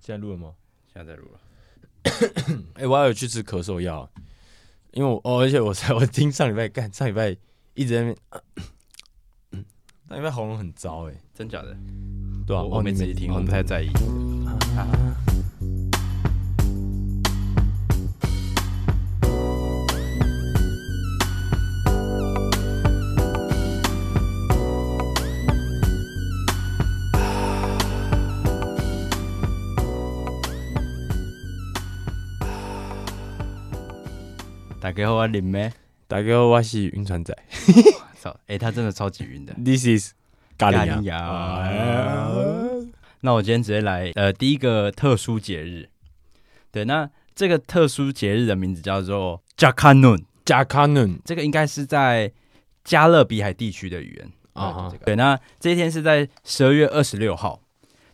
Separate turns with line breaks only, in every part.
现在录了吗？
现在在录了。
哎、我还有去吃咳嗽药，因为我哦，而且我 才我听上礼拜干上礼拜一直在那边，上礼拜喉咙很糟哎、
真假的？
对啊，
我我
哦
没
你
仔细听，
哦
我
你
不太在意。打给我林妹，
大哥，我是晕船仔
操！哎，他真的超级晕的。啊
，This is 咖
咖
喱
喱
鸭。啊
鸭 那我今天直接来，呃，第一个特殊节日。对，那这个特殊节日的名字叫做 Jakanun，
加卡伦
这个应该是在加勒比海地区的语言
啊
啊。对，那这一天是在十二月二十六号。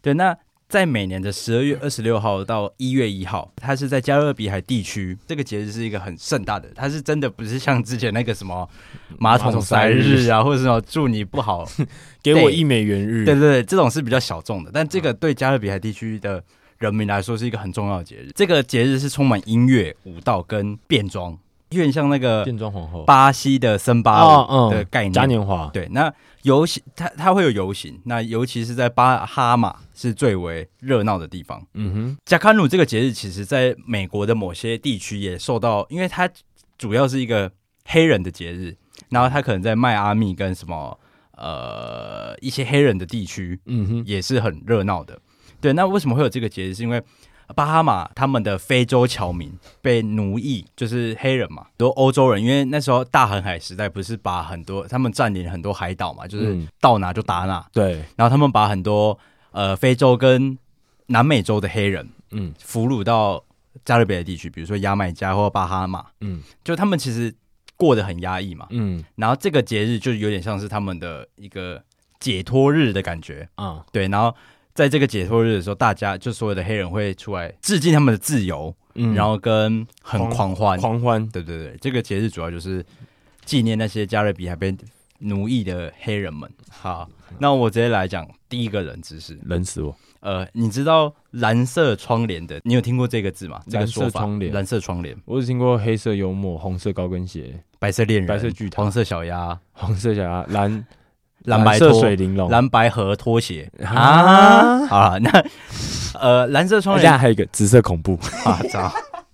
对，那在每年的十二月二十六号到一月一号，它是在加勒比海地区。这个节日是一个很盛大的，它是真的不是像之前那个什么马桶塞日啊，或者什么祝你不好
给我一美元日，
对对对，这种是比较小众的，但这个
嗯
对加勒比海地区的人民来说是一个很重要的节日。这个节日是充满音乐、舞蹈跟变装，有点像那个
变装皇后
巴西的森巴
哦
舞的
嗯
概念。
嘉年华，
对，那游行它它会有游行，那尤其是在巴哈马是最为热闹的地方。
嗯哼，
加康鲁这个节日，其实在美国的某些地区也受到，因为它主要是一个黑人的节日，然后它可能在迈阿密跟什么呃一些黑人的地区
嗯哼，
也是很热闹的。对，那为什么会有这个节日？是因为巴哈马他们的非洲侨民被奴役，就是黑人嘛，都欧洲人，因为那时候大航海时代不是把很多他们占领很多海岛嘛，就是
嗯
到哪就打哪，
对，
然后他们把很多呃非洲跟南美洲的黑人
嗯
俘虏到加勒比的地区，比如说牙买加或巴哈马，
嗯
就他们其实过得很压抑嘛。
嗯
然后这个节日就有点像是他们的一个解脱日的感觉，
啊，
对。然后在这个解脱日的时候，大家就所有的黑人会出来致敬他们的自由，
嗯
然后跟很狂欢，
狂欢，
对对对，这个节日主要就是纪念那些加勒比海边奴役的黑人们。好，那我直接来讲第一个冷知识。
冷死我，
呃，你知道蓝色窗帘的，你有听过这个字吗？这个说
蓝色
法，
窗帘
蓝色窗帘，
我只听过黑色幽默、红色高跟鞋、
白色恋人，
白色巨塔
黄色小鸭，
红色小鸭、蓝
蓝白
色
拖
水玲珑，
蓝白盒拖鞋啊
啊
好啦，那呃，蓝色窗
而且
帘
哎还有一个紫色恐怖，
啊，糟。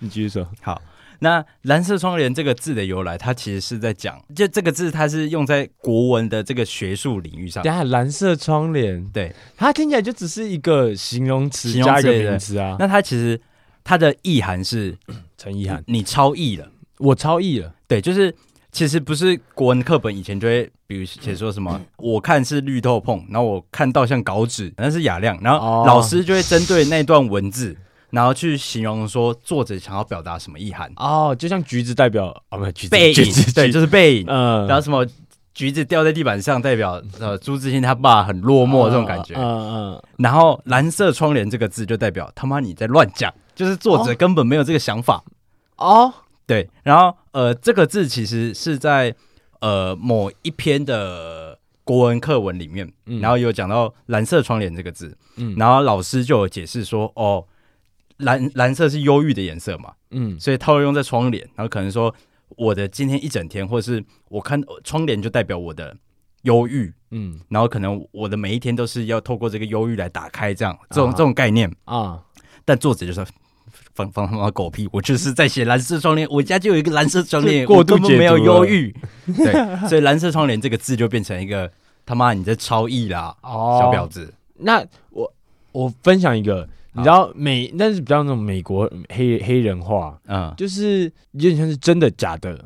你继续说。
好，那蓝色窗帘这个字的由来，它其实是在讲，就这个字它是用在国文的这个学术领域上。
等一下蓝色窗帘，
对，
它听起来就只是一个形容词
形容
加一个
词对
名词啊。
那它其实它的意涵是
陈意涵，
你超意了，
我超意了，
对，就是其实不是国文课本以前就会，比如写说什
嗯
么，我看是绿豆碰，然后我看到像稿纸，那是雅量，然
哦
后老师就会针对那段文字，然后去形容说作者想要表达什么意 涵，
哦，就像橘子代表啊，不是橘子，
背
橘
影，
子，
对，
橘子
就是背影，
嗯，
然后什么。橘子掉在地板上，代表呃朱自清他爸很落寞这种感觉。
嗯嗯，
然后蓝色窗帘这个字就代表他妈你在乱讲，就是作者根本没有这个想法。
哦，
对，然后呃，这个字其实是在呃某一篇的国文课文里面，
嗯
然后有讲到蓝色窗帘这个字，
嗯
然后老师就有解释说，哦，蓝蓝色是忧郁的颜色嘛，
嗯
所以套用在窗帘，然后可能说我的今天一整天，或是我看窗帘就代表我的忧郁，
嗯
然后可能我的每一天都是要透过这个忧郁来打开这样这
啊
种、这种概念，
啊，
但作者就说。放放他妈狗屁！我就是在写蓝色窗帘，我家就有一个蓝色窗帘，
这过度
我根本没有
解读了
忧郁。对，所以蓝色窗帘这个字就变成一个他妈你在超意啦，
哦，
小婊子。
那我我分享一个，你知道美，那是比较那种美国黑黑人话，
嗯，
就是有点像是真的假的，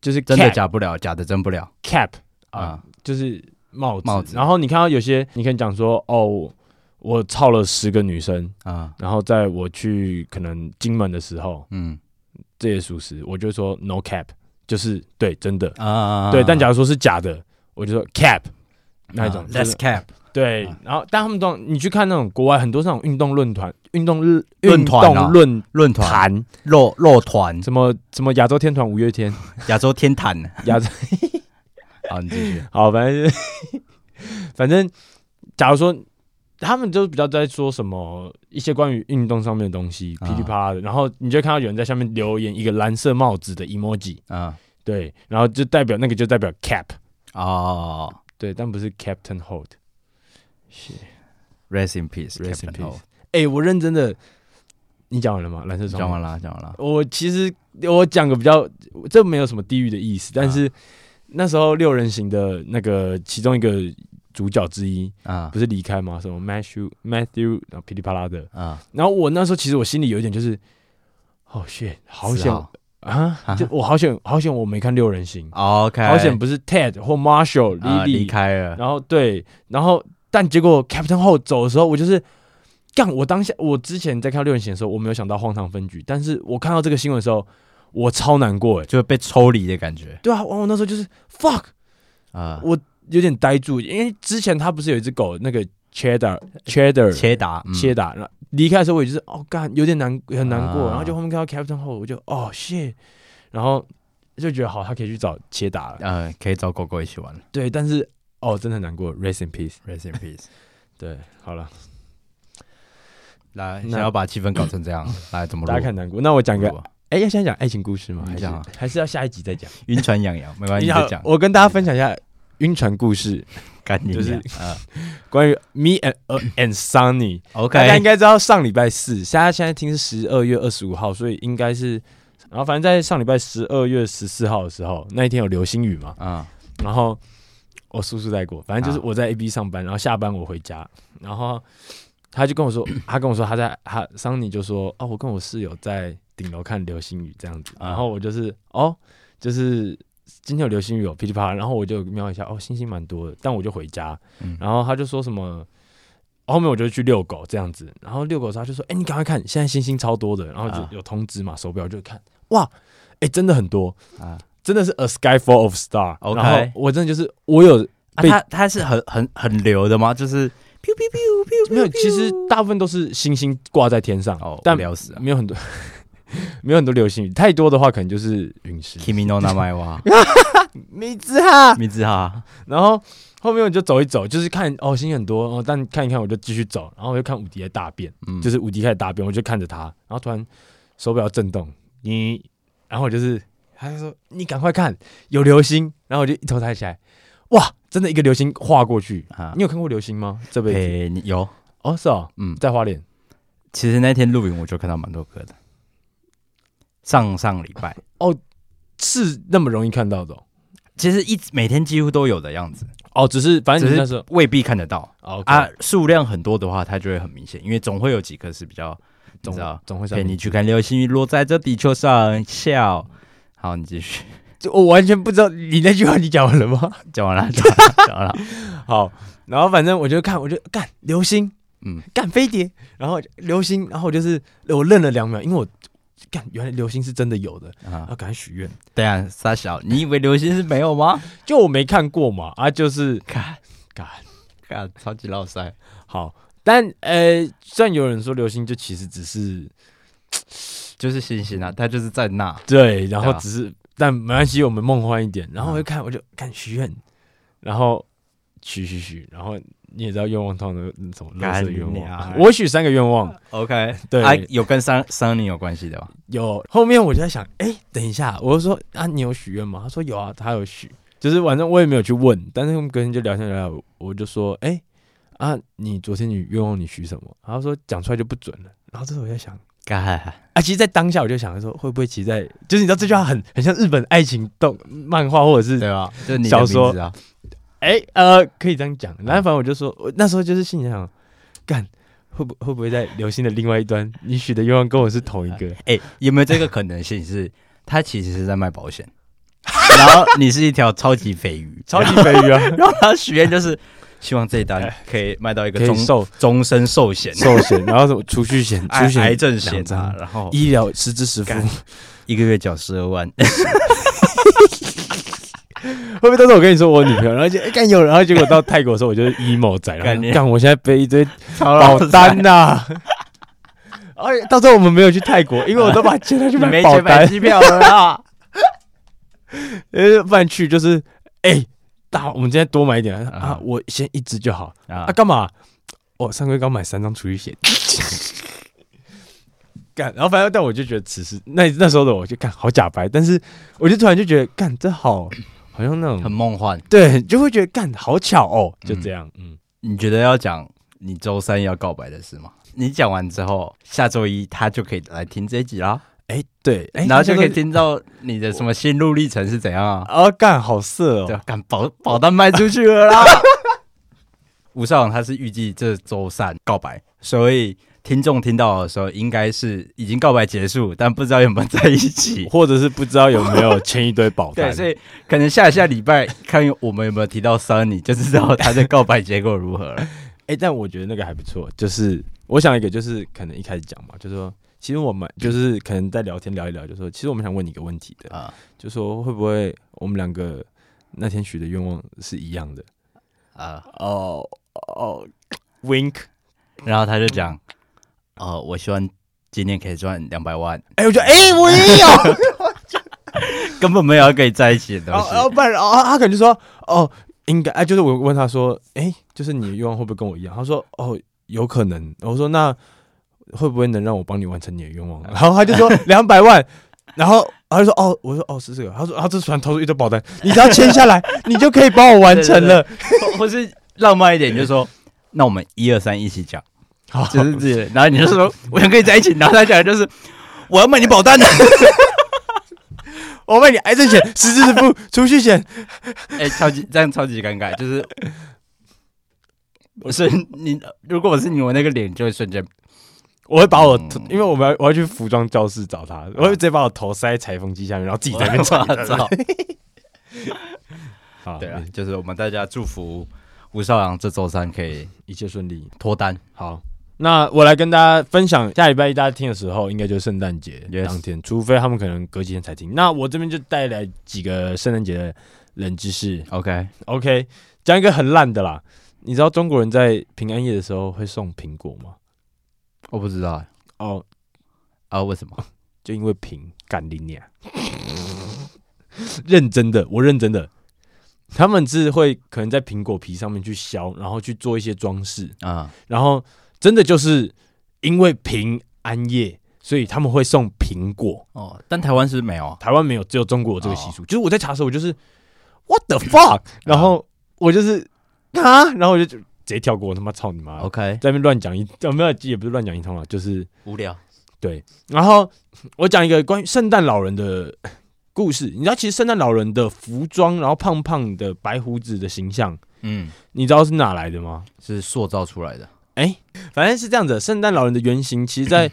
就是
真的
cap-
假不了，假的真不了
cap 啊
啊，。
就是帽子。
帽子
然后你看到有些，你可以讲说，哦，我我操了十个女生，
啊，
然后在我去可能金门的时候，
嗯
这也属实，我就说 no cap，就是对，真的，
啊，
对。但假如说是假的，我就说 cap 那一种
啊，
就
Let's
是
cap
对
啊。
然后，但他们都你去看那种国外很多那种运动论坛、运动日
论坛
运
啊
动论
论团、
坛，
肉肉团、
什么什么亚洲天团、五月天、
亚洲天坛。
亚洲，
好，你继续。
好，反正就是反正，假如说他们就比较在说什么一些关于运动上面的东西，
啊
噼里啪啦的。然后你就会看到有人在下面留言一个蓝色帽子的 emoji，
啊
对，然后就代表那个就代表 cap，
哦
对，但不是 Captain Hold。
，Rest in peace，
Rest in
Captain
peace
Ho
哎、我认真的，你讲完了吗？蓝色窗
讲
户
完啦，讲完啦。
我其实我讲个比较，这没有什么地域的意思，但是那时候六人行的那个其中一个主角之一
啊
不是离开吗？什么 Matthew Matthew 然后噼里啪啦的，
啊，
然后我那时候其实我心里有一点就是，哦 shit，好
四
险
号
啊！就我好险好险我没看六人行，
，OK，
好险不是 Ted 或 Marshall
啊
Lily
离开了，
然后对，然后但结果 Captain 后走的时候，我就是干。我当下我之前在看到六人行的时候，我没有想到荒唐分局，但是我看到这个新闻的时候，我超难过哎。
就被抽离的感觉
对啊，我我那时候就是 fuck，
啊。
我有点呆住，因为之前他不是有一只狗，那个 Cheddar Cheddar
切达，嗯
切打，然后离开的时候我也就是哦干，有点难很难过，
啊
然后就后面看到 Captain 后，我就哦 shit，然后就觉得好，他可以去找切打了。
呃，可以找狗狗一起玩。
对，但是哦，真的很难过，rest in peace。
Rest in peace。
对，好了。
来，
那
想要把气氛搞成这样，来怎么
大家
录？
看难过。那我讲
怎
个
么，录啊
哎、要先讲爱情故事吗？
你
还是
讲啊
还是要下一集再 讲？
晕船痒痒，没关系，你就
好
讲。
我跟大家分享一下晕船故事，
干你
就是
娘啊
关于 me and、and uh, Sunny。大家应
，OK，
该知道上礼拜四，大家现在听是十二月二十五号，所以应该是，然后反正在上礼拜十二月十四号的时候，那一天有流星雨嘛，
啊
然后我叔叔带过，反正就是
啊
我在 A B 上班，然后下班我回家，然后他就跟我 说，他跟我说他在他桑尼就说哦，我跟我室友在顶楼看流星雨这样子，
啊
然后我就是哦，就是今天有流星雨哦，噼里啪啦，然后我就瞄一下，哦，星星蛮多的，但我就回家，
嗯
然后他就说什么。后面我就去遛狗这样子，然后遛狗的时候他就说：“哎、你赶快看，现在星星超多的。”然后
啊
就有通知嘛，手表就看，哇，哎、真的很多。
啊
真的是 a sky full of star。
OK
然后我真的就是我有
啊！
被
它它是很很很流的吗？就是
没有？其实大部分都是星星挂在天上，
哦，
但
聊死啊
没有很多， 没有很多流星雨。太多的话，可能就是陨石。
！Kimi no na mai wa，
米兹哈，
米子哈，
然后后面我就走一走，就是看哦，星星很多，哦，但看一看我就继续走，然后我就看无敌在大便，
嗯，
就是无敌开始大便，我就看着他，然后突然手表震动，你，然后我就是，他就说你赶快看，有流星，然后我就一头抬起来，哇，真的一个流星划过去，
啊
你，有看过流星吗？这辈子？
陪你有，
哦，是哦，
嗯，
在花莲。
其实那天录影我就看到蛮多歌的，上上礼拜
是那么容易看到的哦，
其实一直每天几乎都有的样子，
哦只是反正
只
你那时候
是未必看得到
哦
啊，。数量很多的话，它就会很明显，因为总会有几个是比较，你
总
知道，
总会上
陪你去看流星雨落在这地球上， 笑。好，你继续，
就我完全不知道你那句话你讲完了吗？
讲完了，讲完了，讲完 了。
好，然后反正我就看，我就干流星，
嗯，
干飞碟，然后流星，然后我就是我愣了两秒，因为我干原来流星是真的有的，然
啊，
后赶快许愿，
对啊，傻小，你以为流星是没有吗？
就我没看过嘛，啊就是
看，
干
看，超级老塞。
好，但呃虽然有人说流星就其实只是
就是星星啊，它就是在那。
对，然后
对啊嗯
只是、但没关系，我们梦幻一点。然后我就看，我就看许愿，然后许许许，然后你也知道愿望通常都什么垃圾
干
愿
你
望
啊，
我许三个愿望，
OK，
对
啊，有跟桑桑尼有关系的吧？
有后面我就在想，哎、等一下，我就说啊，你有许愿吗？他说有啊，他有许，就是反正我也没有去问，但是我们隔天就聊天聊聊，我就说，哎、啊，你昨天你愿望你许什么？然后说讲出来就不准了。然后这时候我在想。
干，
啊，其实，在当下我就想说，会不会其实在，就是你知道这句话很很像日本爱情动漫画或者是
对吧？就是你的
小说
名字啊，
哎、呃，可以这样讲。然后反正我就说，我那时候就是心里想，干会不会不会在流星的另外一端，你许的愿望跟我是同一 个？
哎、有没有这个可能性是，他其实是在卖保险， 然后你是一条超级肥鱼，
超级肥鱼啊，
然后他许愿就是希望这一单可以卖到一
可
个
以
终
寿
终身寿险、
寿险，然后什么储蓄险、
癌
储蓄
癌
险、
症
两
险啊
张，
然后
医疗实支实付，
干一个月缴十二万，
会不会到时候我跟你说我女朋友，然后就哎干有人，然后结果到泰国的时候我就是 emo 仔，然
干
后
你
干我现在背一堆
超
保单呐、 而且到时候我们没有去泰国，因为我都把钱拿去
你
买
没
保
钱买
单，
机票了啦。
啊呃，不然去就是哎。大，我们今天多买一点
啊
啊！我先一支就好，
啊
啊，，干嘛？哦，上个月刚买三张厨余险， 干，然后反正但我就觉得此时那那时候的我就干好假白，但是我就突然就觉得干这好好像那
很
种
梦幻。
对，就会觉得干好巧哦，就这样，嗯，
你觉得要讲你周三要告白的事吗？你讲完之后，下周一他就可以来听这一集啦，
哎、对，哎、
然后就可
这
以
个
听到你的什么心路历程是怎样啊？
哦，干好色
对
哦，
啊，敢保保单卖出去了啦。 吴少阳他是预计这周三告白，所以听众听到的时候应该是已经告白结束，但不知道有没有在 一起。
或者是不知道有没 有签一堆保
对，
单，
所以可能下下礼拜看我们有没有提到三，你就知道他的告白结果如何 了。
哎、但我觉得那个还不错，就是我想一个，就是可能一开始讲嘛，就说其实我们就是可能在聊天聊一聊，就说其实我们想问你一个问题的，
啊
就说会不会我们两个那天许的愿望是一样的？
啊，
哦哦，wink，
然后他就讲，呃，我希望今天可以赚两百万，
哎、我觉得哎、我也有，
根本没有要跟你在一起的
然
东
后然后
西。
哦不然然后他可能就说哦，应该哎，就是我问他说，哎、就是你的愿望会不会跟我一样？他说哦，有可能。我说那会不会能让我帮你完成你的愿 望？然后他就说两百万，然后他就说哦，我说哦是这个，他说啊这突然掏出一堆保单，你只要签下来，你就可以帮我完成了。
或或是浪漫一点，你就 说，那我们一二三一起讲。
好，
就是自己的。然后你就 说我想跟你在一起，然后他讲的就是我要买你保单的。
我为你癌症险、失智付、储蓄险，
哎、超级这样超级尴尬，就是 我是你，如果我是你，我那个脸就会瞬间
我会把我
嗯，
因为我们要我要去服装教室找他，我会直接把我头塞在裁缝机下面，然后自己在那边
我
裁。
操。
好
对啊，就是我们大家祝福吴少阳这周三可以
一切顺利。
脱单。
好，那我来跟大家分享，下礼拜一大家听的时候，应该就是圣诞节
Yes
当天，除非他们可能隔几天才听。那我这边就带来几个圣诞节的冷知识。
OK，
OK，讲一个很烂的啦，你知道中国人在平安夜的时候会送苹果吗？
我不知道欸
哦，
啊，为什么？
就因为平干你娘！ 认真的，我认真的。他们是会可能在苹果皮上面去削，然后去做一些装饰，
啊、
然后真的就是因为平安夜，所以他们会送苹果。
哦，但台湾是不是没有啊？
台湾没有，只有中国有这个习俗。就是我在查的时候，我就是 what the fuck，然后我就是啊，然后我就直接跳过，他妈操你妈
OK，
在那边乱讲一，呃，没有，也不是乱讲一通啊，就是。
无聊。
然后我讲一个关于圣诞老人的故事。你知道，其实圣诞老人的服装，然后胖胖的白胡子的形象，
嗯，
你知道是哪来的吗？
是塑造出来的。
反正是这样子的，圣诞老人的原型其实在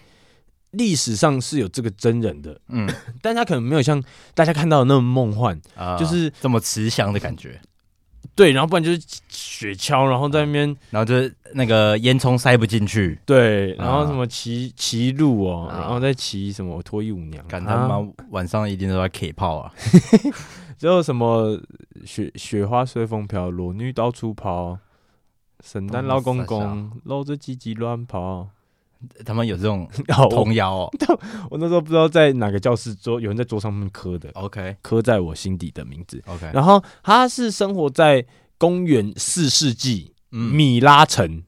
历史上是有这个真人的，
嗯，
但他可能没有像大家看到的那么梦幻，
啊
就是
这么慈祥的感觉。
对，然后不然就是雪橇，然后在那边
然后就是那个烟囱塞不进去，
对，然后
啊
什么骑骑鹿哦，
啊
然后再骑什么脱衣舞娘，
感
啊
他妈晚上一定都在 K 泡啊！
之后什么雪雪花随风飘，裸女到处跑，圣诞老公
哦
公露着鸡鸡乱跑。
他们有这种
然后我
童谣哦。
我那时候不知道在哪个教室桌，有人在桌上面刻的，
OK
刻在我心底的名字。
OK，
然后他是生活在公元四世纪
嗯
米拉城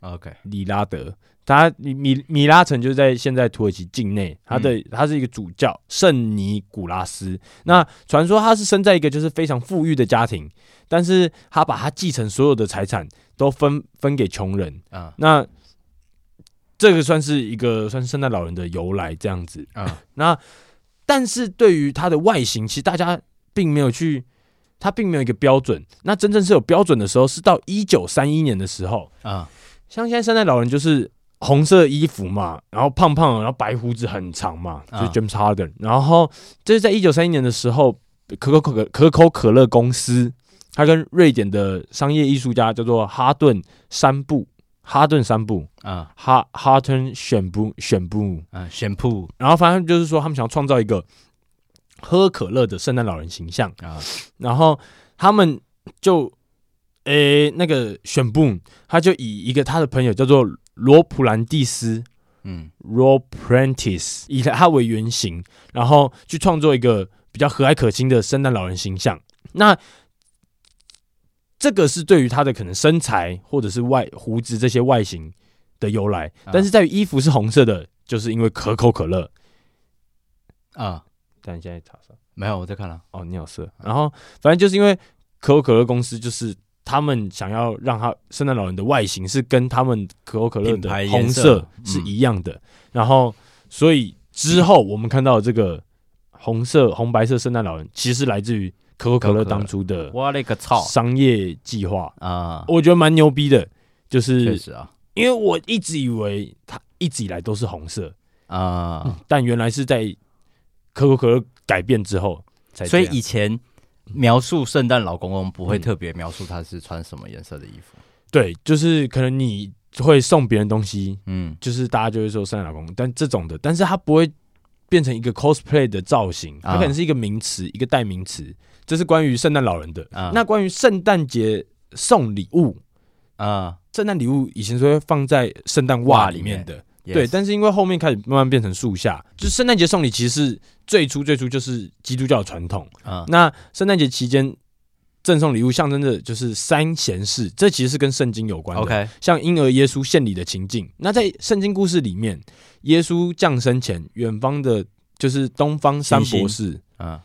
，OK，
里拉德，他米米米拉城就是在现在土耳其境内，他的他是一个主教圣尼古拉斯。那传说他是生在一个就是非常富裕的家庭，但是他把他继承所有的财产都分分给穷人。
啊
那这个算是一个算是圣诞老人的由来这样子。
啊，
那但是对于它的外形，其实大家并没有去，它并没有一个标准。那真正是有标准的时候，是到一九三一年的时候，
啊
像现在圣诞老人就是红色衣服嘛，然后胖胖的，然后白胡子很长嘛，就是
啊
James Harden。然后这是在一九三一年的时候，可口可可可口可乐公司，它跟瑞典的商业艺术家叫做哈顿山布。哈顿山布，
啊
哈哈顿选布选布，
啊，宣布
然后反正就是说，他们想要创造一个喝可乐的圣诞老人形象，
啊
然后他们就诶、那个选布，他就以一个他的朋友叫做罗普兰蒂斯
嗯
（Rob Prentice） 以他为原型，然后去创作一个比较和蔼可亲的圣诞老人形象。那这个是对于他的可能身材或者是外胡子这些外形的由来，
啊
但是在于衣服是红色的，就是因为可口可乐。
啊，
但你现在查上
没有，我在看了。啊
哦，尿色。然后反正就是因为可口可乐公司就是他们想要让他圣诞老人的外形是跟他们可口可乐
品
的
牌颜
红
色嗯
色是一样的，然后所以之后我们看到的这个红色红白色圣诞老人，其实来自于可口可
可口
乐
可乐
当初的
我勒个操
商业计划，
啊！
我觉得蛮牛逼的。就
确
是
实啊
因为我一直以为它一直以来都是红色，
啊，
但原来是在可口可乐改变之后才这
所
样。嗯
以以前描述圣诞老公公不会特别描述他是穿什么颜色的衣服。
对，就是可能你会送别人东西，
嗯
就是大家就会说圣诞老公公，但这种的，但是它不会变成一个 cosplay 的造型，它
啊
可能是一个名词，一个代名词。这是关于圣诞老人的。
啊，
那关于圣诞节送礼物，
啊，
圣诞礼物以前是会放在圣诞袜里面的，对。
yes，
但是因为后面开始慢慢变成树下，就是圣诞节送礼，其实是最初最初就是基督教的传统。
啊
那圣诞节期间赠送礼物，象征着就是三贤士，这其实是跟圣经有关的。
，OK，
像婴儿耶稣献礼的情境。那在圣经故事里面，耶稣降生前，远方的就是东方三博士，
嗯，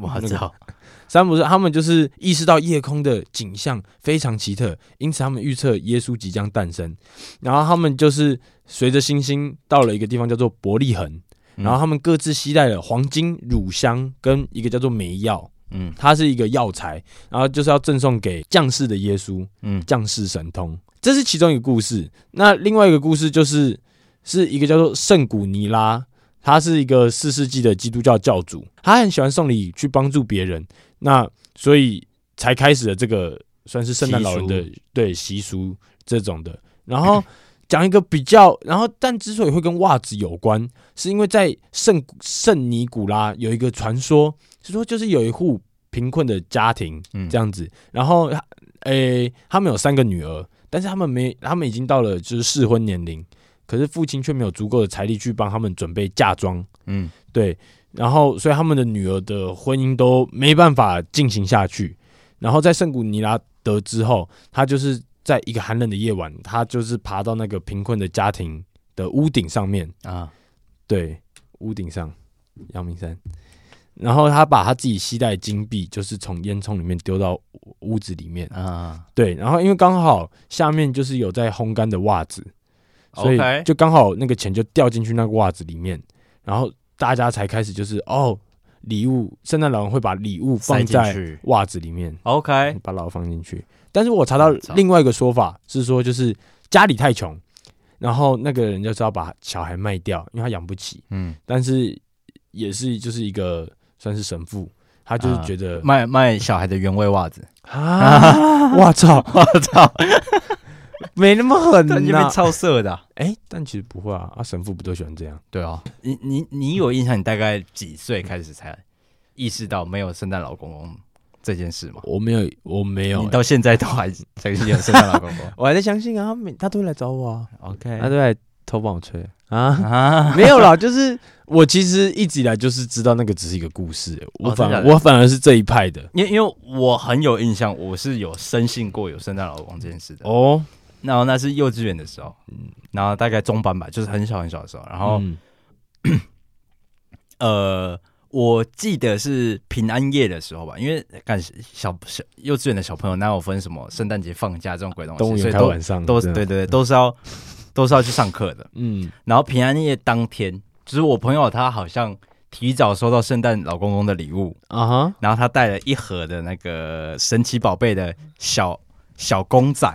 我知道
三博士他们就是意识到夜空的景象非常奇特，因此他们预测耶稣即将诞生。然后他们就是随着星星到了一个地方叫做伯利恒，
嗯
然后他们各自携带了黄金、乳香跟一个叫做梅药。
嗯
它是一个药材，然后就是要赠送给将士的耶稣。
嗯
降世神通，这是其中一个故事。那另外一个故事就是是一个叫做圣古尼拉，他是一个四世纪的基督教教主，他很喜欢送礼去帮助别人，那所以才开始了这个算是圣诞老人的
习
对习俗这种的。然后 讲一个比较，然后但之所以会跟袜子有关，是因为在圣圣尼古拉有一个传说，是说就是有一户贫困的家庭，
嗯
这样子。然后他，诶、他们有三个女儿，但是他们没，他们已经到了就是适婚年龄，可是父亲却没有足够的财力去帮他们准备嫁妆，
嗯
对，然后所以他们的女儿的婚姻都没办法进行下去。然后在圣古尼拉德之后，他就是在一个寒冷的夜晚，他就是爬到那个贫困的家庭的屋顶上面，
啊
对，屋顶上，阳明山。然后他把他自己携带的金币，就是从烟囱里面丢到屋屋子里面。
啊
对，然后因为刚好下面就是有在烘干的袜子，所以
啊，OK，
就刚好那个钱就掉进去那个袜子里面，然后大家才开始就是哦，礼物，圣诞老人会把礼物
塞
放
进
在
去哎
袜子里面，
，OK，
把老放进去。但是我查到
我操
另外一个说法是说，就是家里太穷，然后那个人就是要把小孩卖掉，因为他养不起。
嗯，
但是也是就是一个算是神父，他就是觉得
卖卖小孩的原味袜子，
啊，我操，
我操，
没那么狠
在那
呐
边、超色的啊。
哎、但其实不会啊，啊，神父不都喜欢这样？
对啊，你你你有印象？你大概几岁开始才意识到没有圣诞老公公这件事吗？
我没有，我没有、
你到现在都还相信有圣诞老公 公
我还在相信啊，他每他都会来找我啊，
？OK
他都来偷帮我吹啊。
啊，
没有啦，就是我其实一直以来就是知道那个只是一个故事，我
哦
反、
真的假的
我反而是这一派的
因为因为我很有印象，我是有深信过有圣诞老公公这件事的。
哦。
然后那是幼稚园的时候，然后大概中班吧，就是很小很小的时候。然后、
嗯
呃，我记得是平安夜的时候吧，因为干小小幼稚园的小朋友哪有分什么圣诞节放假这种鬼东
动物
西，所
园
以
开
都
晚上啊
都
这
对
样
对，对，都是要 都是要去上课的。
嗯
然后平安夜当天，就是我朋友他好像提早收到圣诞老公公的礼物，
啊哈，
然后他带了一盒的那个神奇宝贝的小小公仔，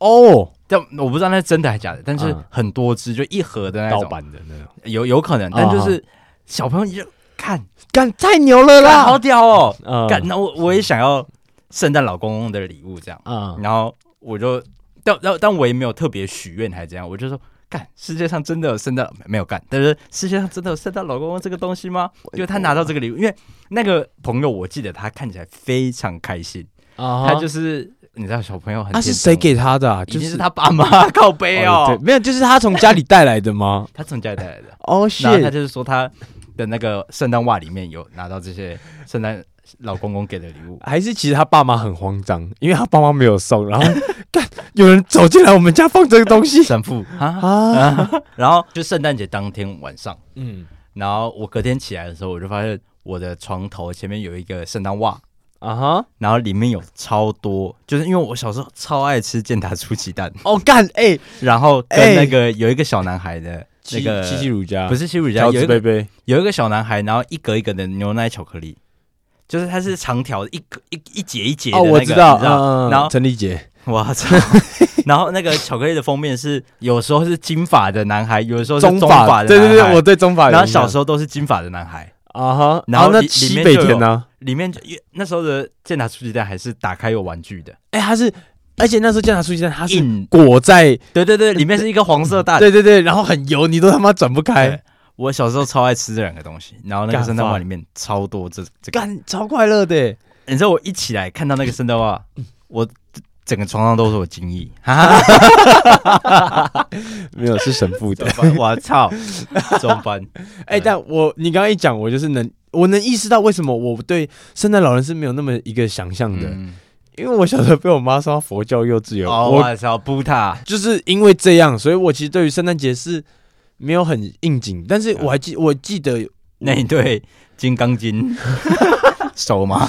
哦，
但我不知道那是真的还是假的，但是
嗯
很多只，就一盒的那
盗
种，
版啊的那种，
有有可能，但就是小朋友你就
啊
看，
干太牛了
干好屌哦，
啊
干，那我我也想要圣诞老公公的礼物这样。
啊
然后我就，但但但我也没有特别许愿还是怎样，我就说。干，世界上真的有圣诞没没有干？但是世界上真的有圣诞老公公这个东西吗？因为他拿到这个礼物，因为那个朋友我记得他看起来非常开心，
啊
他就是你知道小朋友很
那是
天真
谁？给他的啊？
一
就
定是他爸 妈靠背
哦，对，
哦，
没有，就是他从家里带来的 吗？
他从家里带来的。
哦，
然后他
是。
就是说他的那个圣诞袜里面有拿到这些圣诞老公公给的礼物
还是其实他爸妈很慌张，因为他爸妈没有送，然后 干有人走进来我们家放这个东西
神父 啊，
啊，
然后就圣诞节当天晚上，
嗯
然后我隔天起来的时候，我就发现我的床头前面有一个圣诞袜，
啊哈，
然后里面有超多，就是因为我小时候超爱吃健达出奇蛋，
哦干哎，
然后
哎
跟那个有一个小男 孩的那个
七七乳啊加
不是西乳加，
乔
有
治
一
贝
个
贝
有一个小男孩，然后一格一格的牛奶巧克力，就是它是长条的一格一一节一节的、
哦，
那个
我知道，
你知道？
嗯
然后
陈立杰
我操！ 然后那个巧克力的封面是有时候是金发的男孩，有的时候是棕
法，
的男孩。
对对对，我对中法有印象，
然后小时候都是金发的男孩，
啊哈，
然后
啊那
里里
西
面
北
就有
田呢？
里面就因为那时候的健达出鸡蛋还是打开有玩具的，
哎，他是，而且那时候健达出鸡蛋，他是
硬
裹在，
对啊对对，里面是一个黄色蛋。
对对对，然后很油，你都他妈转不开
对，我小时候超爱吃这两个东西，然后那个
干
圣诞
饭
袜里面超多这这个，
干超快乐的，
你知道我一起来看到那个圣诞袜，我整个床上都是我惊异，哈哈
没有是神父
怎
的
么。办？我 操，怎么办？
哎、
对
但我你刚刚一讲，我就是能，我能意识到为什么我对圣诞老人是没有那么一个想象的，
嗯
因为我小时候被我妈送到佛教幼稚园，
哦，
我
我操，布塔，
就是因为这样，所以我其实对于圣诞节是没有很应景，但是我还记，我记得
那一对金刚经 手吗？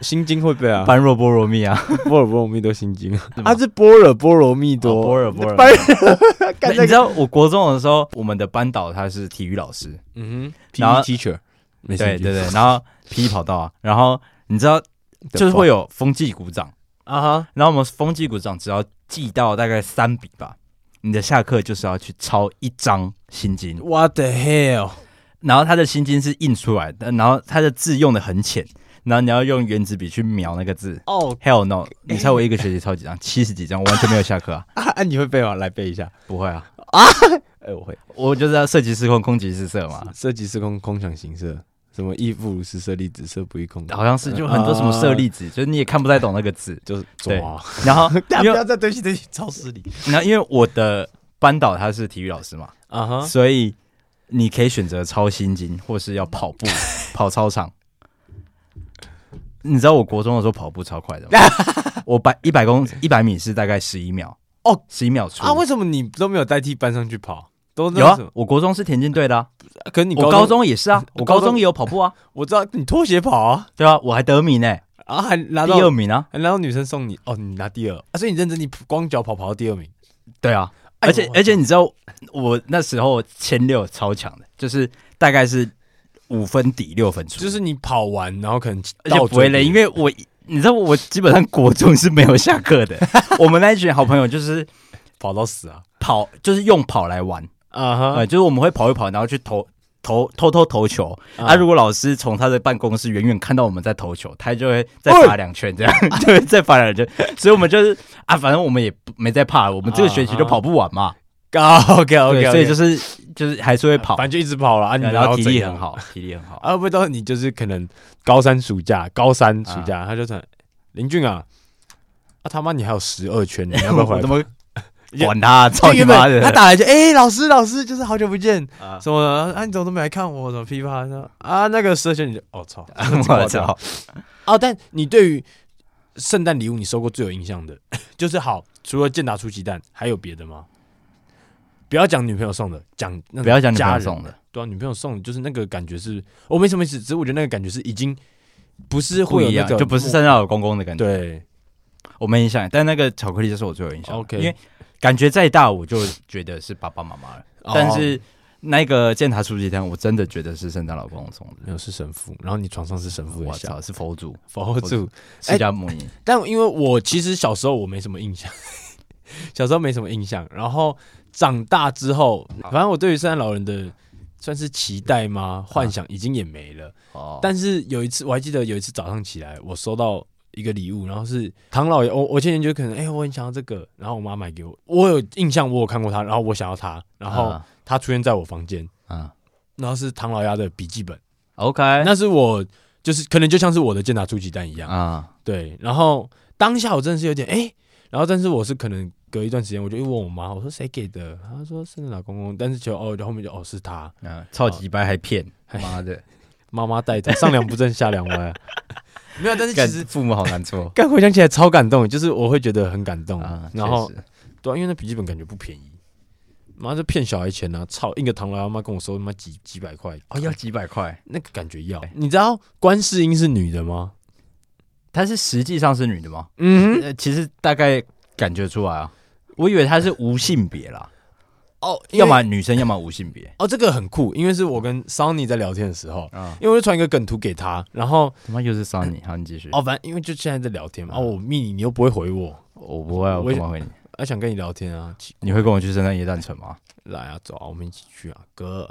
心经会背啊，
般若波罗蜜 啊，
波尔波罗蜜多心经，
是 吗
啊，是波尔波罗蜜多，
哦般若 波罗蜜
般若，干
你
那个，
知道我国中的时候，我们的班导他是体育老师，
嗯哼
然后
，PE teacher，没
对对对，然后霹雳跑道啊，然后你知道就是会
有
有风纪鼓掌，
啊哈，
然后我们风纪鼓掌只要记到大概三笔吧，你的下课就是要去抄一张心经，
what the hell，
然后他的心经是印出来的，然后他的字用的很浅，然后你要用圆珠笔去描那个字。
哦，
Hell no！你猜我一个学期抄几张？ 七十几张，我完全没有下课啊！
啊啊，你会背吗？来背一下，
不会啊，
哎、我会。
我就是要涉及失控，攻击失色嘛。
色即是空，空想行色，什么亦复如是，色粒子，色不异空，。
好像是就很多什么舍利子，就是你也看不太懂那个字
就是
对
抓。
然后
啊 大家
因为
再对不起对不起，超失礼
然后因为我的班导他是体育老师嘛，
啊哈！
所以你可以选择抄心经，或是要 跑步跑操场。你知道我国中的时候跑步超快的 吗？我百一百公一百米是大概十一秒
哦，
十一秒出
啊，为什么你都没有代替班上去跑？都那
有啊
什么，
我国中是田径队的、啊，
可是你
我高中也是啊，
我
我
高
高
中
中也有跑步啊，
我知道你拖鞋跑啊，
对啊，我还得名呢、
啊还拿
第
到
二名啊，
还拿到女生送你哦，你拿第二啊，所以你认真，你光脚跑跑到第二名
对啊，
哎
而且
我
而且你知道，我那时候前六超强的，就是大概是五分底六分出，
就是你跑完然后可能
而且
到
不会累，因
为
为我你知道我基本上国中是没有下 课的，我们那一群好朋友就是
跑到死啊
跑，就是用跑来玩，
啊
呃，
哈！
就是我们会跑一跑，然后去投。投偷偷投球，
啊
啊！如果老师从他的办公室远远看到我们在投球，他就会再
哎
罚两圈，这样 就会再罚两圈。所以我们就是啊，反正我们也不没在怕了，我们这个学期就
啊
跑不完嘛。
OK 啊 OK，
对所以就是是就是还是会跑，
反正就一直跑了啊，你
然后
要
体
怎
力
样
很好，体力很好。
啊，会不会到你就是可能高三暑假，高三暑假，他就说林俊啊，啊他妈你还有十二圈， 你要不要回来
我他
跑？
妈管他，操
就
你
原
妈
本他
的！
打来 就哎、老师老师，就是好久不见，
啊，
什么啊你怎么都没来看我，什么噼啪的啊那个十二圈你就哦 操
我操！
哦，但你对于圣诞礼物你收过最有印象的， 就是好，除了健达出奇蛋，还有别的吗？不要讲女朋友送的，讲那
不要讲你
你
朋友送的，
对啊，女朋友送的就是那个感觉是，哦我、没什么意思，只是我觉得那个感觉是已经不是
不
会有
一
那
样，
个，
就不是圣诞老公公的感觉。
对
我没印象，但那个巧克力就是我最有印象的。
OK
因为感觉再大，我就觉得是爸爸妈妈了。但
哦
是那个健达出鸡蛋，我真的觉得是圣诞老公公送的。
没有是神父，然后你床上是神父
我哎
的 像，
操，是佛祖
佛
佛
祖。
释迦牟尼。
但因为我其实小时候我没什么印象，小时候没什么印象，然后长大之后，反正我对于圣诞老人的算是期待吗？幻想已经也没了。
哦，
但是有一次，我还记得有一次早上起来，我收到一个礼物，然后是唐老爷，我我前年就可能，哎、我很想要这个，然后我妈买给我，我有印象，我有看过它，然后我想要它，然后
啊
它出现在我房间，
啊
然后是唐老鸭的笔记本，
，OK，
那是我就是可能就像是我的健达出奇蛋一样，
啊，
对，然后当下我真的是有点哎、然后但是我是可能隔一段时间我就一问我妈，我说谁给的？她说是老公公，但是就哦，然后后面就哦是他，
啊嗯，超级白还骗，妈的！
妈妈带着，上梁不正下梁歪啊。 没有，但是其
干
实
父母好难 做
刚回想起来超感动，就是我会觉得很感动。
啊。
然后
确实
对啊、因为那笔记本感觉不便宜，妈这骗小孩钱啊！操，印个唐老鸭妈跟我收他妈几几百块，
哦，要几百块，
那个感觉要。你知道观世音是女的吗？
她是实际上是女的吗？
嗯，
呃，其实大概感觉出来啊，我以为她是无性别啦，
哦，因为
要么女生，要么无性别。
哦，这个很酷，因为是我跟 Sony 在聊天的时候，
啊，
因为我就传一个梗图给他，然后
他妈又是 Sunny，好，你继续。
哦，反正因为就现在在聊天嘛，
嗯
哦，我密你，你又不会回我，
我不会啊，我
我也
干嘛回你？
啊，想跟你聊天啊，起
你会跟我去圣诞夜诞城吗？
来啊，走啊，我们一起去啊，哥，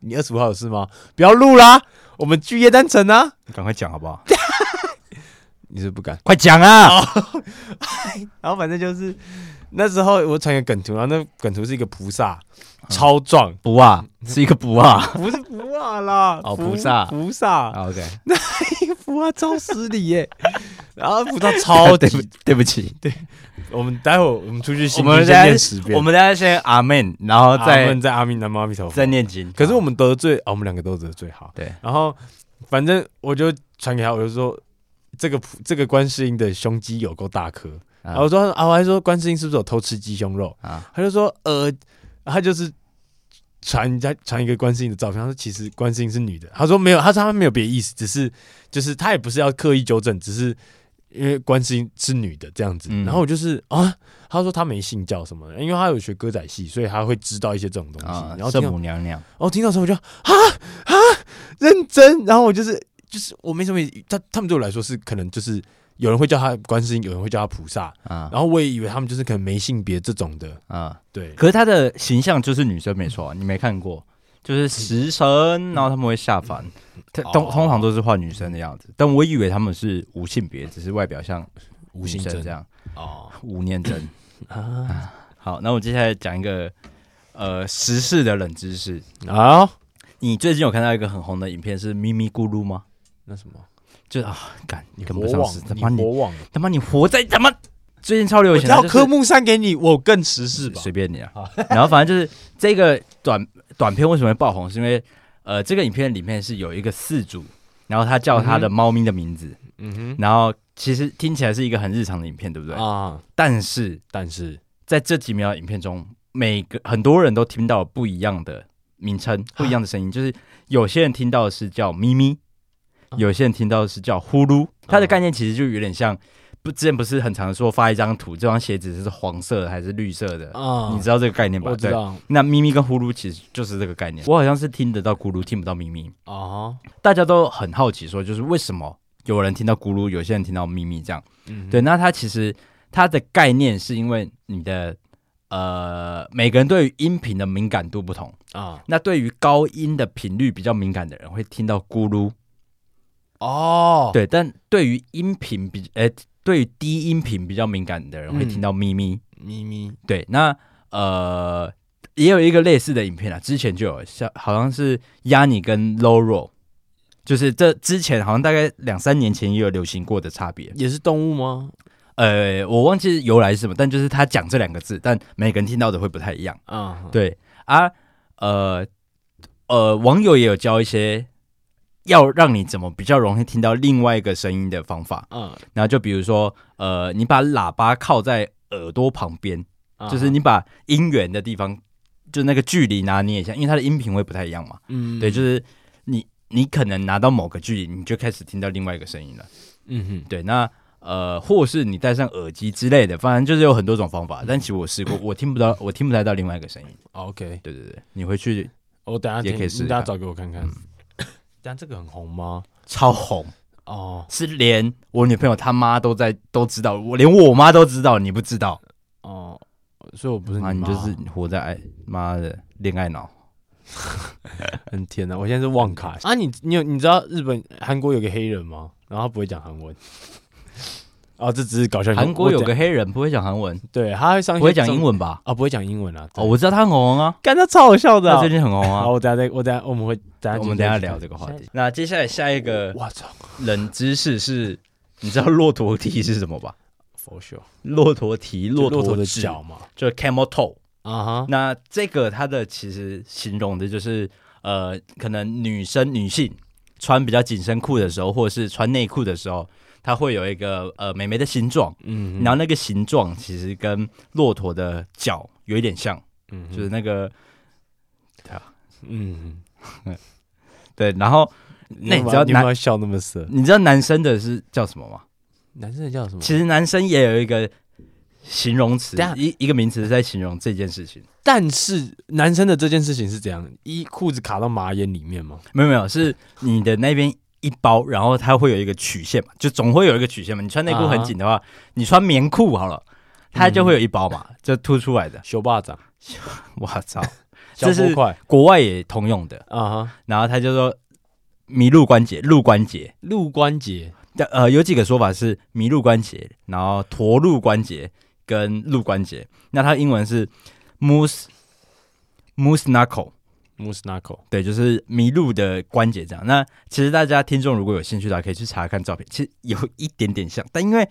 你二十五号有事吗？不要录啦，我们去夜丹城啊，
你赶快讲好不好？
你是不敢。
快讲啊！
然后反正就是那时候我传一个梗图，然后那梗图是一个菩萨，超壮，
不啊，是一个不啊。
不是菩萨啦，
哦
菩
菩萨
菩萨，
啊 OK，
菩萨超失礼耶。然后菩萨超
哦对不
级，
对不起，
我们待会儿我们出去
我
新
们
先
在
念十遍，
我们大家先阿门，然后
再
再
啊问在阿弥南无阿弥陀佛
再。念经。
可是我们得罪啊，我们两个都得罪好。
对，
然后反正我就传给他，我就说这个菩这个观世音的胸肌有够大颗，然
啊
后我说啊，我还说观世音是不是有偷吃鸡胸肉？
啊，
他就说呃，他就是传人家传一个观世音的照片，他说其实观世音是女的，他说没有，他说他没有别的意思，只是就是他也不是要刻意纠正，只是因为观世音是女的这样子。
嗯
然后我就是啊，他说他没信教什么的，因为他有学歌仔戏，所以他会知道一些这种东西。
啊
然后听
圣
到
母娘娘，
然后听到的时候我就啊啊认真，然后我就是就是我没什么，他他们对我来说是可能就是有人会叫他观世音，有人会叫他菩萨，
啊
然后我也以为他们就是可能没性别这种的，
啊，
对。
可是她的形象就是女生没错啊，你没看过，就是食神，然后他们会下凡，她通
哦
通常都是画女生的样子，但我以为他们是无性别，只是外表像
无
女
性
生
症
这样，
哦
无念真。
啊
好，那我接下来讲一个呃时事的冷知识。
啊，
你最近有看到一个很红的影片是咪咪咕噜吗？
那什么，
就是啊，干你
你
跟
活
不上
网
时，他，
你
妈你
活网，啊
他妈你活在他妈最近超流
我
行的
挑
就是
科目三给你，我更时事吧
随？便你啊
好。
然后反正就是这个短短片为什么会爆红，是因为呃这个影片里面是有一个饲主，然后他叫他的
嗯
猫咪的名字，
嗯
然后其实听起来是一个很日常的影片，对不对？
啊，
但是
但是
在这几秒的影片中，每个很多人都听到不一样的名称、不一样的声音，就是有些人听到的是叫咪咪，
啊
有些人听到的是叫呼噜。它的概念其实就有点像，不之前不是很常说发一张图，这双鞋子是黄色的还是绿色的？
啊，
你知道这个概念吧？
我知
对。
道
那咪咪跟呼噜其实就是这个概念。我好像是听得到咕噜，听不到咪咪。
啊，
大家都很好奇，说就是为什么有人听到咕噜，有些人听到咪咪这样。
嗯，
对，，那它其实它的概念是因为你的呃，每个人对于音频的敏感度不同。
啊，
那对于高音的频率比较敏感的人会听到咕噜，
哦，
对；但对于音频比呃，对于低音频比较敏感的人
嗯
会听到咪咪，
咪咪，
对。那呃，也有一个类似的影片啊，之前就有像好像是 Yanni 跟 Loro，就是这之前好像大概两三年前也有流行过的差别。
也是动物吗？
呃，我忘记由来是什么，但就是他讲这两个字，但每个人听到的会不太一样。
啊，
对啊，呃呃，网友也有教一些要让你怎么比较容易听到另外一个声音的方法，
嗯，
然后就比如说，呃，你把喇叭靠在耳朵旁边，
啊
就是你，把音源的地方，就那个距离拿捏一下，因为它的音频会不太一样嘛。
嗯
对，就是你你可能拿到某个距离，你就开始听到另外一个声音了。
嗯哼，
对，那呃，或是你戴上耳机之类的，反正就是有很多种方法。
嗯
但其实我 试过，我听不到，我听不太到另外一个声音。
哦，OK，
对对对，你回去
我等下
也
听
可以试试
你等下
看嗯
找给我看 看。但这个很红吗？
超红，
哦
是连我女朋友她妈都在都知道，我连我妈都知道，你不知道
哦，所以我不是
啊？
你
你
妈
就是活在爱妈的恋爱脑。
很甜啊！我现在是旺卡啊！你你有你知道日本韩国有个黑人吗？然后他不会讲韩文。 哦，这只是搞笑。
韩国有
我
个
讲
黑人不会讲韩文，
对，他会上
不会讲英
文
文吧？
啊、不会讲英文啊。
哦，我知道他很红啊，
干他超好笑的、
他
啊
最。近很红
好，
啊。
我等下再，我等下我们会等下
我们等一下聊这个话题。。那接下来下一个
我操，
冷知识是，你知道骆驼蹄是什么吧？
佛秀，
骆驼蹄、
就
骆
骆
驼
的
趾
脚，嘛。
就是 camel toe。
啊哈，
那这个它的其实形容的就是呃，可能女生女性穿比较紧身裤的时候，或者是穿内裤的时候，它会有一个呃美眉的形状，
嗯
然后那个形状其实跟骆驼的脚有一点像，
嗯
就是那个
嗯，
对，然后那你知道
你
男
不要笑那么色，
你知道男生的是叫什么吗？
男生的叫什么？
其实男生也有一个形容词
嗯等一下，
一一个名词是在形容这件事情。
但是男生的这件事情是怎样？一裤子卡到马眼里面吗？
没有没有，是你的那边一包，然后它会有一个曲线嘛，就总会有一个曲线嘛。你穿内裤很紧的
啊
话，你穿棉裤好了，它就会有一包嘛，
嗯
就凸出 来的。
修巴掌，
我操，
小
这
波
是
块
国外也通用的，
啊哈，
然后它叫做麋鹿关节、鹿关节。
露关节
呃，有几个说法是麋鹿关节，然后驼鹿关节跟鹿关节。那它英文是 moose moose knuckle。
，moose knuckle，
对，就是麋鹿的关节这样。那其实大家听众如果有兴趣的话，可以去查看照片，其实有一点点像，但因为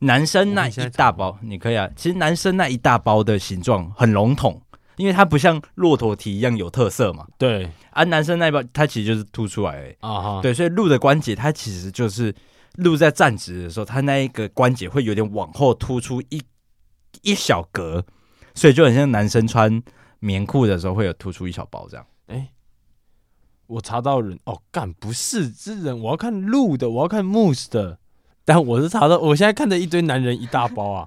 男生那
我们现在
一大包，你可以啊。其实男生那一大包的形状很笼统，因为它不像骆驼蹄一样有特色嘛。
对
而、男生那一包它其实就是凸出来而已。
啊哈，
对，所以鹿的关节它其实就是鹿在站直的时候，它那一个关节会有点往后突出一一小格，所以就很像男生穿棉裤的时候会有突出一小包这样。
我查到人哦，干不是是人，我要看鹿的，我要看 moose 的，但我是查到，我现在看的一堆男人一大包 啊，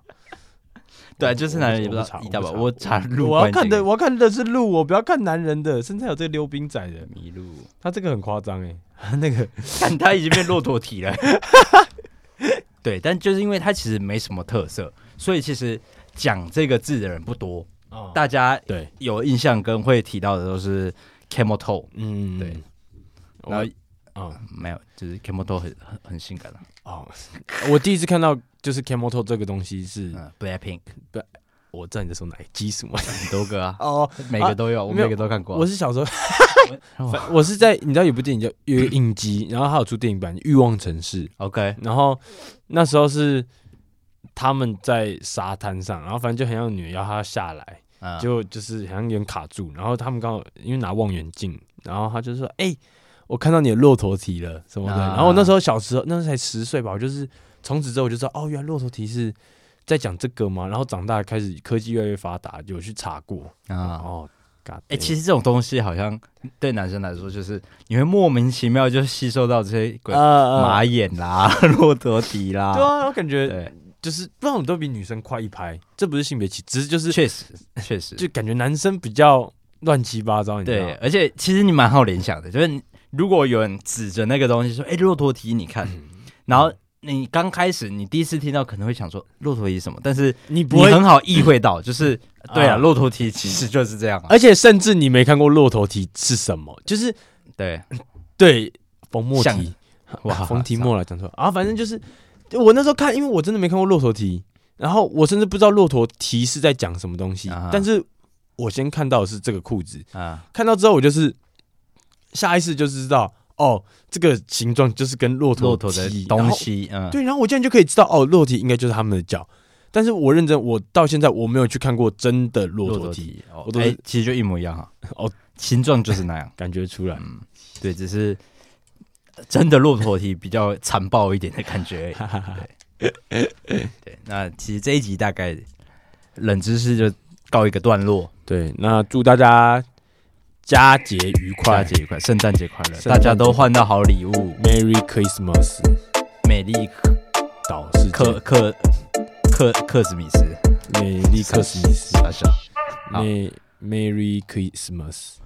对，就是男人也不知
我
道
不查
一大把，
我
我
不
查鹿
我要
关节
看的
跟
我要看的是鹿，我不要看男人的，甚至还有这个溜冰仔的，
麋鹿，
他这个很夸张哎，他 那个
看他已经变骆驼体 了。对，但就是因为它其实没什么特色，所以其实讲这个字的人不多，
啊
大家
对，
有印象跟会提到的都是 camel toe，
嗯
对，
我
然后
啊
没有，就是 camel toe 很很很性感啊了、
哦，我第一次看到就是 camel toe 这个东西是，
嗯，Blackpink
我知道你在说哪一基础吗？
很多 个啊，
哦，
每个都有，我
没有
每个都看过啊。
我是小时 候，
我
我是在你知道有部电影叫有一个影集，然后还有出电影版《欲望城市》，
OK，
然后那时候是他们在沙滩上，然后反正就很像女的要她下来，
嗯，
结果就是好像有点卡住，然后他们刚好因为拿望远镜，然后他就说：“哎、我看到你的骆驼蹄了什么的。
啊
然后我那时候小时候，那时候才十岁吧，我就是从此之后我就知道，哦，原来骆驼蹄是在讲这个嘛。然后长大开始科技越来越发达，有去查过。
啊。
哦，God damn，
哎、其实这种东西好像对男生来说，就是你会莫名其妙就吸收到这些鬼
呃呃
马眼啊 啦、骆驼蹄
对
啦，
啊，我感觉
对，
就是不然我们都比女生快一拍，这不是性别歧视，只是就是
确实确实，
就感觉男生比较乱七八糟，你知道
对，
吗？
而且其实你蛮好联想的，就是你如果有人指着那个东西说：“哎、骆驼蹄，你看。”
嗯
然后你刚开始你第一次听到，可能会想说骆驼蹄是什么，但是
你不
你
会
很好意会到， 就是对
啊哎
啊，骆驼蹄其实就是这样啊。
而且甚至你没看过骆驼蹄是什么，就是
对，
对冯莫
像
提哇，
哇
冯提莫了讲错啊，反正就是我那时候看，因为我真的没看过骆驼蹄，然后我甚至不知道骆驼蹄是在讲什么东西，
啊哈
但是我先看到的是这个裤子，
啊，
看到之后我就是下意识就是知道哦，这个形状就是跟骆驼
骆驼的
蹄
东。西，嗯，
然后对，然后我这样就可以知道哦，骆驼蹄应该就是他们的脚。但是我认真，我到现在我没有去看过真的骆
骆
驼
驼
蹄，
蹄，哦
我，都
哎、
是
其实就一模一样哈。
哦
哦，形状就是那样。
感觉出来。
嗯，对，只是真的骆驼蹄比较残暴一点的感觉而 已。对，对，那其实这一集大概冷知识就告一个段落，
对，那祝大家佳节愉
大
快
家节快，圣诞节快乐，
圣诞
大
节
家都换到好礼物，
，Merry Christmas，
美丽
岛世
克
界，
克克克史密斯，
美丽克斯密斯啊
傻笑。好
，Merry Christmas。